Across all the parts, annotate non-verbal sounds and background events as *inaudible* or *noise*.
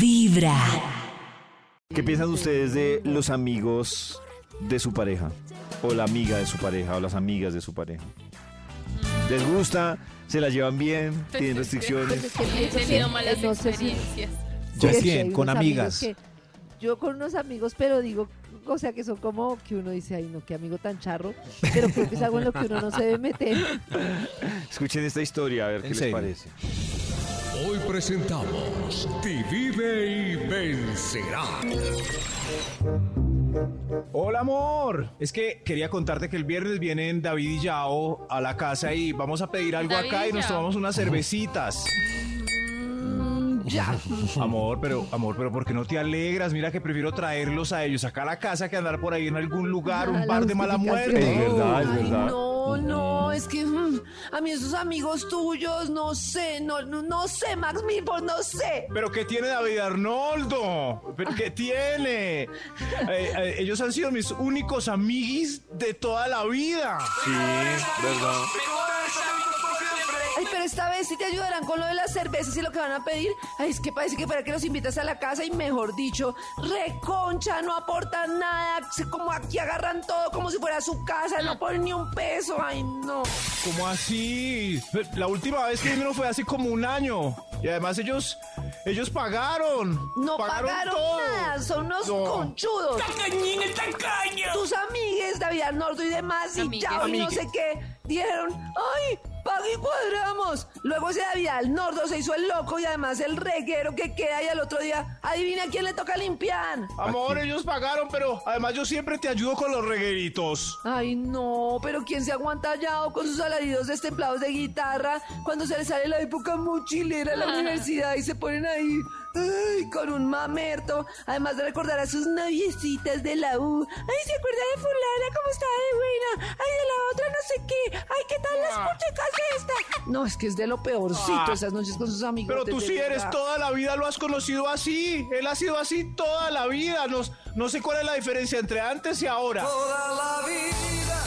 Vibra. ¿Qué piensan ustedes de los amigos de su pareja? O la amiga de su pareja, o las amigas de su pareja. ¿Les gusta? ¿Se la llevan bien? ¿Tienen Pues restricciones? *laughs* He tenido malas No sé si- *laughs* experiencias. Yo Porque sí, hay con unos amigos amigas. que- yo con unos amigos, pero digo, o sea, que son como que uno dice, ay, no, qué amigo tan charro, pero creo que es algo en lo que uno no se debe *laughs* meter. Escuchen esta historia a ver ¿En qué les serio? parece. Hoy presentamos Divide y Vencerá. Hola amor, es que quería contarte que el viernes vienen David y Yao a la casa y vamos a pedir algo David acá y y nos Yao. tomamos unas cervecitas. Ya. Amor, pero amor, pero ¿por qué no te alegras? Mira que prefiero traerlos a ellos acá a la casa que andar por ahí en algún lugar, Ah, un la bar de mala justificación. Es muerte. verdad, es Ay, verdad. No, no, es que mm, a mí esos amigos tuyos, no sé, no, no, no sé, Max Milford, no sé. Pero ¿qué tiene David Arnoldo? ¿Pero qué tiene? Eh, eh, ellos han sido mis únicos amiguis de toda la vida. Sí, verdad. Ay, pero esta vez sí te ayudarán con lo de las cervezas y lo que van a pedir. Ay, es que parece que para que los invitas a la casa y mejor dicho, reconcha, no aportan nada, se- como aquí agarran todo como si fuera su casa, no ponen ni un peso. Ay, no. ¿Cómo así? La última vez que vinieron fue hace como un año. Y además ellos, ellos pagaron. No pagaron, todo. nada, son unos No. conchudos. Tus amigues, David Arnoldo y demás, y Amigues. Chao y no Amigues. sé qué, dijeron, ¡ay, paga y cuadramos! Luego ese David Arnoldo se hizo el loco y además el reguero que queda y al otro día, adivina quién le toca limpiar. Amor, ellos pagaron, pero además yo siempre te ayudo con los regueritos. Ay, no, pero ¿quién se aguanta ya con sus alaridos destemplados de guitarra cuando se les sale la época mochilera *laughs* a la universidad y se ponen ahí ay, con un mamerto? Además de recordar a sus noviecitas de la U. Ay, ¿se acuerda de fulana cómo estaba de buena? Ay, de la otra no sé qué. Ay, ¿qué tal las puchecas de esta? No, es que es de lo peorcito Ah. esas noches con sus amigos. Pero tú sí eres toda la vida, lo has conocido así. Él ha sido así toda la vida. No, no sé cuál es la diferencia entre antes y ahora. Oh. Toda la vida.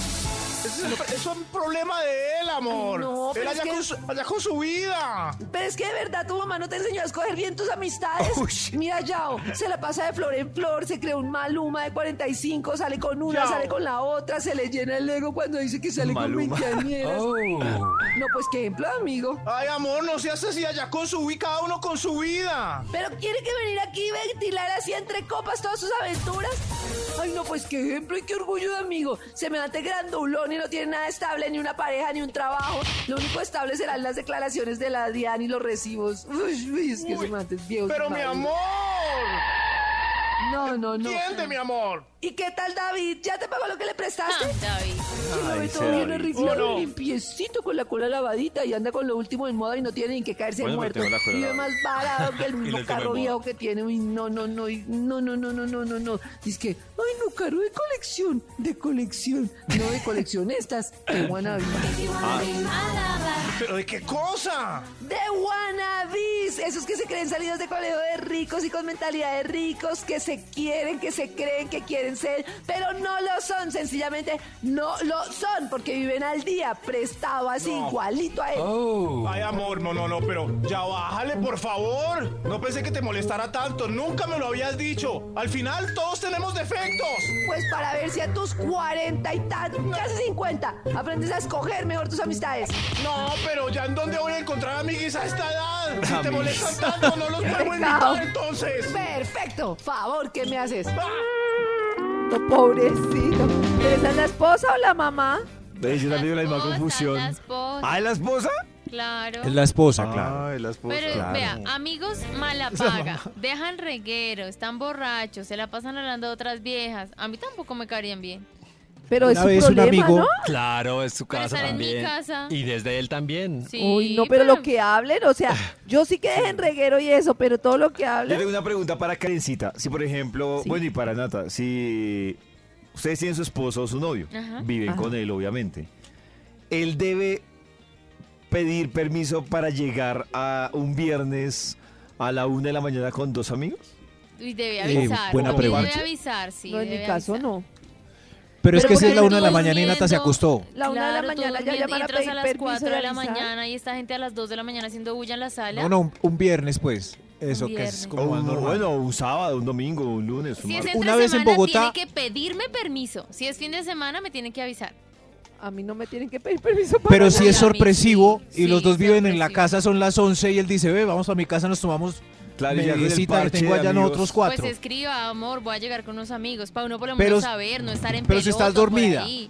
Es, es un problema de él, amor. No, él pero allá, es que- con su, allá con su vida. Pero es que de verdad tu mamá no te enseñó a escoger bien tus *laughs* amistades. Mira, Yao, se la pasa de flor en flor, se crea un Maluma de 45, sale con una, Yao. sale con la otra, se le llena el ego cuando dice que sale Maluma. con *laughs* veinteañeras. No, pues qué ejemplo, de amigo. Ay, amor, no seas así allá con su vida, cada uno con su vida. Pero quiere que venir aquí y ventilar así entre copas todas sus aventuras. Ay, no, pues qué ejemplo y qué orgullo de amigo. Se me hace grandulón y no tiene nada estable, ni una pareja, ni un trabajo. Lo único estable serán las declaraciones de la DIAN y los recibos. Uy, uy, es que se me hace viejo. Pero mi madre. amor, No, no, no. entiende, mi amor. ¿Y qué tal, David? ¿Ya te pagó lo que le prestaste? Ah, David. Que lo Ay, ve ese todo bien David. arreglado, Oh, no. limpiecito, con la cola lavadita y anda con lo último en moda y no tiene ni que caerse Bueno, pero muerto. tengo la cola Vive lavada. más *laughs* parado que el mismo último carro en moda. viejo que tiene. Uy, no, no, no, y no, no, no, no, no, no, no. Dice que, ay, no, carro de colección, de colección. No, de colección estas. De wannabe. ¿Pero de qué cosa? De wannabes. Esos que se creen salidos de colegio de ricos y con mentalidad de ricos, que se quieren, que se creen que quieren ser, pero no lo son. Sencillamente no lo son porque viven al día prestado así, igualito a él. Oh. Ay, amor, no, no, no, pero ya bájale, por favor. No pensé que te molestara tanto, nunca me lo habías dicho. Al final todos tenemos defectos. Pues para ver si a tus cuarenta y tantos, casi 50, aprendes a escoger mejor tus amistades. No, pero ya en dónde voy a encontrar amiguis a esta edad. Si te Amiguis. molestan tanto, no los puedo invitar entonces. Perfecto. Favor, ¿qué me haces? Ah. No, pobrecito. ¿Pero esa es la esposa o la mamá? Ey, Yo también tengo la misma esposa, confusión. la esposa. ¿Ah, es la esposa? Claro. Es la esposa, claro. Ah, es la esposa. Pero claro. vea, amigos mala paga, dejan reguero, están borrachos, se la pasan hablando de otras viejas. A mí tampoco me caerían bien. Pero es Una su vez un problema, amigo- ¿no? Claro, es su Pero casa estar en mi también. casa. Y desde él también. Sí, Uy, no, pero lo que hablen, o *laughs* sea, yo sí que dejen reguero y eso, pero todo lo que Yo hablen. tengo una pregunta para Karencita. Si, por ejemplo, bueno, y para Nata, si ustedes tienen su esposo o su novio, Ajá. viven Ajá. con él, obviamente. Él debe pedir permiso para llegar a un viernes a la una de la mañana con dos amigos. Uy, debe Eh, avisar. buena debe pregunta. avisar, sí. No, en mi debe caso avisar. no. Pero es Pero que si porque es la tú una de la mañana y Nata se durmiendo- acostó. La una de la Claro, tú mañana ya durmiendo, llaman a entras pedir a las permiso 4 de la avisar. mañana y esta gente a las 2 de la mañana haciendo bulla en la sala. No, no, un, un viernes, pues. Eso Un que es viernes. como O más un- normal. Oh, bueno, un sábado, un domingo, un lunes. un Si es martes. entre Una vez en semana, Bogotá- tiene que pedirme permiso. Si es fin de semana, me tiene que avisar. A mí no me tienen que pedir permiso para Pero nada. si es Sí, a mí sorpresivo sí, y los sí, dos viven en la sorpresivo. casa, son las 11 y él dice, ve, vamos a mi casa, nos tomamos Claro, y ya con el mediecita, y parche tengo de allá amigos. nosotros cuatro. Pues escriba, amor, voy a llegar con unos amigos. Para uno por lo Pero- menos saber, no estar en pero si estás pelota por dormida. ahí.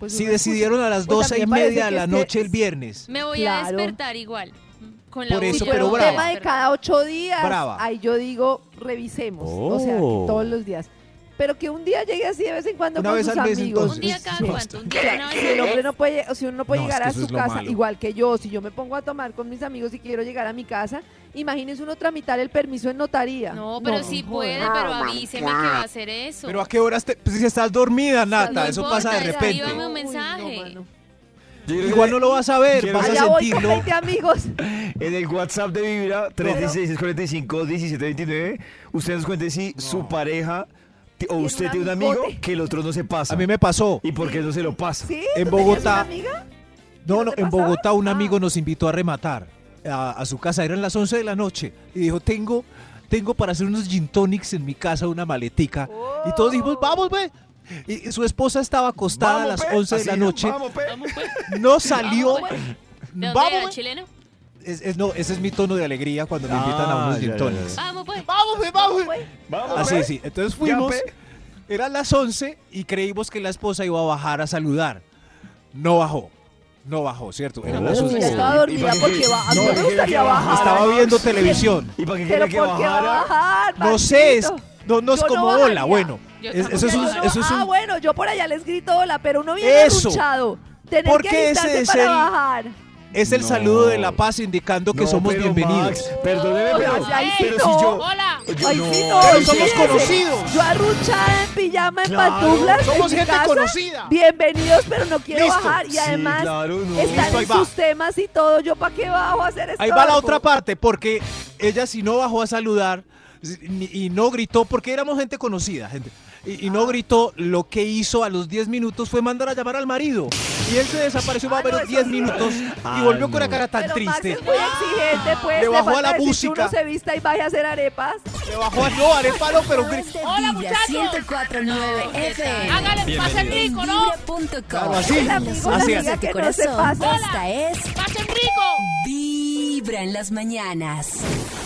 Pues si uno decidieron a las Pues a 12 mí y me parece media de que la es que- noche el viernes. Me voy a Claro. despertar igual. mm, Con la Por Sí, eso, última pero un hora brava. tema de despertar. cada ocho días. Brava. Ahí yo digo, revisemos. O sea, que Oh. todos los días. Pero que un día llegue así de vez en cuando Una con vez sus al mes, amigos. entonces. Un día cada Sí. cuánto, un día Claro, una que el vez. hombre no puede, o si uno no puede No, es llegar que a eso su es lo casa, malo. igual que yo, si yo me pongo a tomar con mis amigos y quiero llegar a mi casa, imagínense uno tramitar el permiso en notaría. No, pero si puede, pero avíseme que va a hacer eso. Pero a qué horas te... pues, si estás dormida, Nata, No eso importa, pasa de escríbame repente. un Uy, mensaje. mano. Yo creo que Igual no lo vas a ver, Quiero- vas a Allá voy con sentirlo. 20 amigos. En el WhatsApp de Vibra, 316-45-1729, usted nos cuente si su pareja ti- o Tiene usted un tiene un amigo amigote. que el otro no se pasa. A mí me pasó. ¿Y por qué no se lo pasa? ¿Sí? En ¿Tú tenías Bogotá. una amiga? No, no, te en pasaba? Bogotá un Ah. amigo nos invitó a rematar a, a su casa, eran las 11 de la noche, y dijo, tengo, tengo para hacer unos gin tonics en mi casa, una maletica. Y todos dijimos, vamos, ve. Y y su esposa estaba acostada a las Vamos, pe. 11 de Así, la noche, Vamos, pe. Vamos, pues. no salió. Vamos, pues. ¿De dónde Vamos, era, ve. chileno? Es- es- no, ese es mi tono de alegría cuando me invitan a Ah, unos ya, gin ya, tonics. Vamos, pues. Vamos, ve, vamos. ve. Vamos, Así, pe. sí. Entonces fuimos. Ya, pe. Eran las 11 y creímos que la esposa iba a bajar a saludar. No bajó. No bajó, ¿cierto? Eran las Oh. Ya 11. estaba ¿Y dormida para qué porque quieres? va, a mí No, no ¿para me qué gustaría quieres que bajar. Estaba viendo televisión. ¿Y para qué Pero quiere ¿por que qué va a bajara? bajar? No sé, es, Maxito? no, no es Yo no como hola, bajaría. bueno. Yo Es- tampoco. eso es un, Yo no- eso es Ah, un- bueno, yo por allá les grito hola, pero uno viene Eso. arruchado. Tener ¿Por que qué ese avisarte es para el- bajar. es el No. saludo de la paz indicando que No, somos pero, bienvenidos. Max, perdóneme, pero, Ay, ay, pero no. si yo... Hola. yo Ay, no, sí, no, pero yo somos fíjese, conocidos. Yo arruchada en pijama, en Claro, pantuflas. somos en mi gente casa, conocida. Bienvenidos, pero no quiero Listo. bajar. Y Sí, además, claro, no. están Listo, ahí en va. sus temas y todo. ¿Yo para qué bajo a hacer esto? Ahí va la otra parte, porque ella si no bajó a saludar ni- y no gritó, porque éramos gente conocida, gente. Y, Ah. y no gritó, lo que hizo a los 10 minutos fue mandar a llamar al marido. Y él se desapareció Ah, a no, ver eso 10 sí. minutos Ah, y volvió con no. una cara tan pero Max triste. es muy exigente, pues. Le bajó a falta la decir que música. uno se vista y baje a hacer arepas. Le bajó a no, haré palo, pero un grito. Hola, Hola, muchachos. 1049 No, ¿qué FM. tal? Hágale, pase rico, ¿no? Vibra.com. Claro, así, El amigo, la así, amiga Desde así. que tu no se corazón, esta pasa. es Pase rico. Vibra en las mañanas.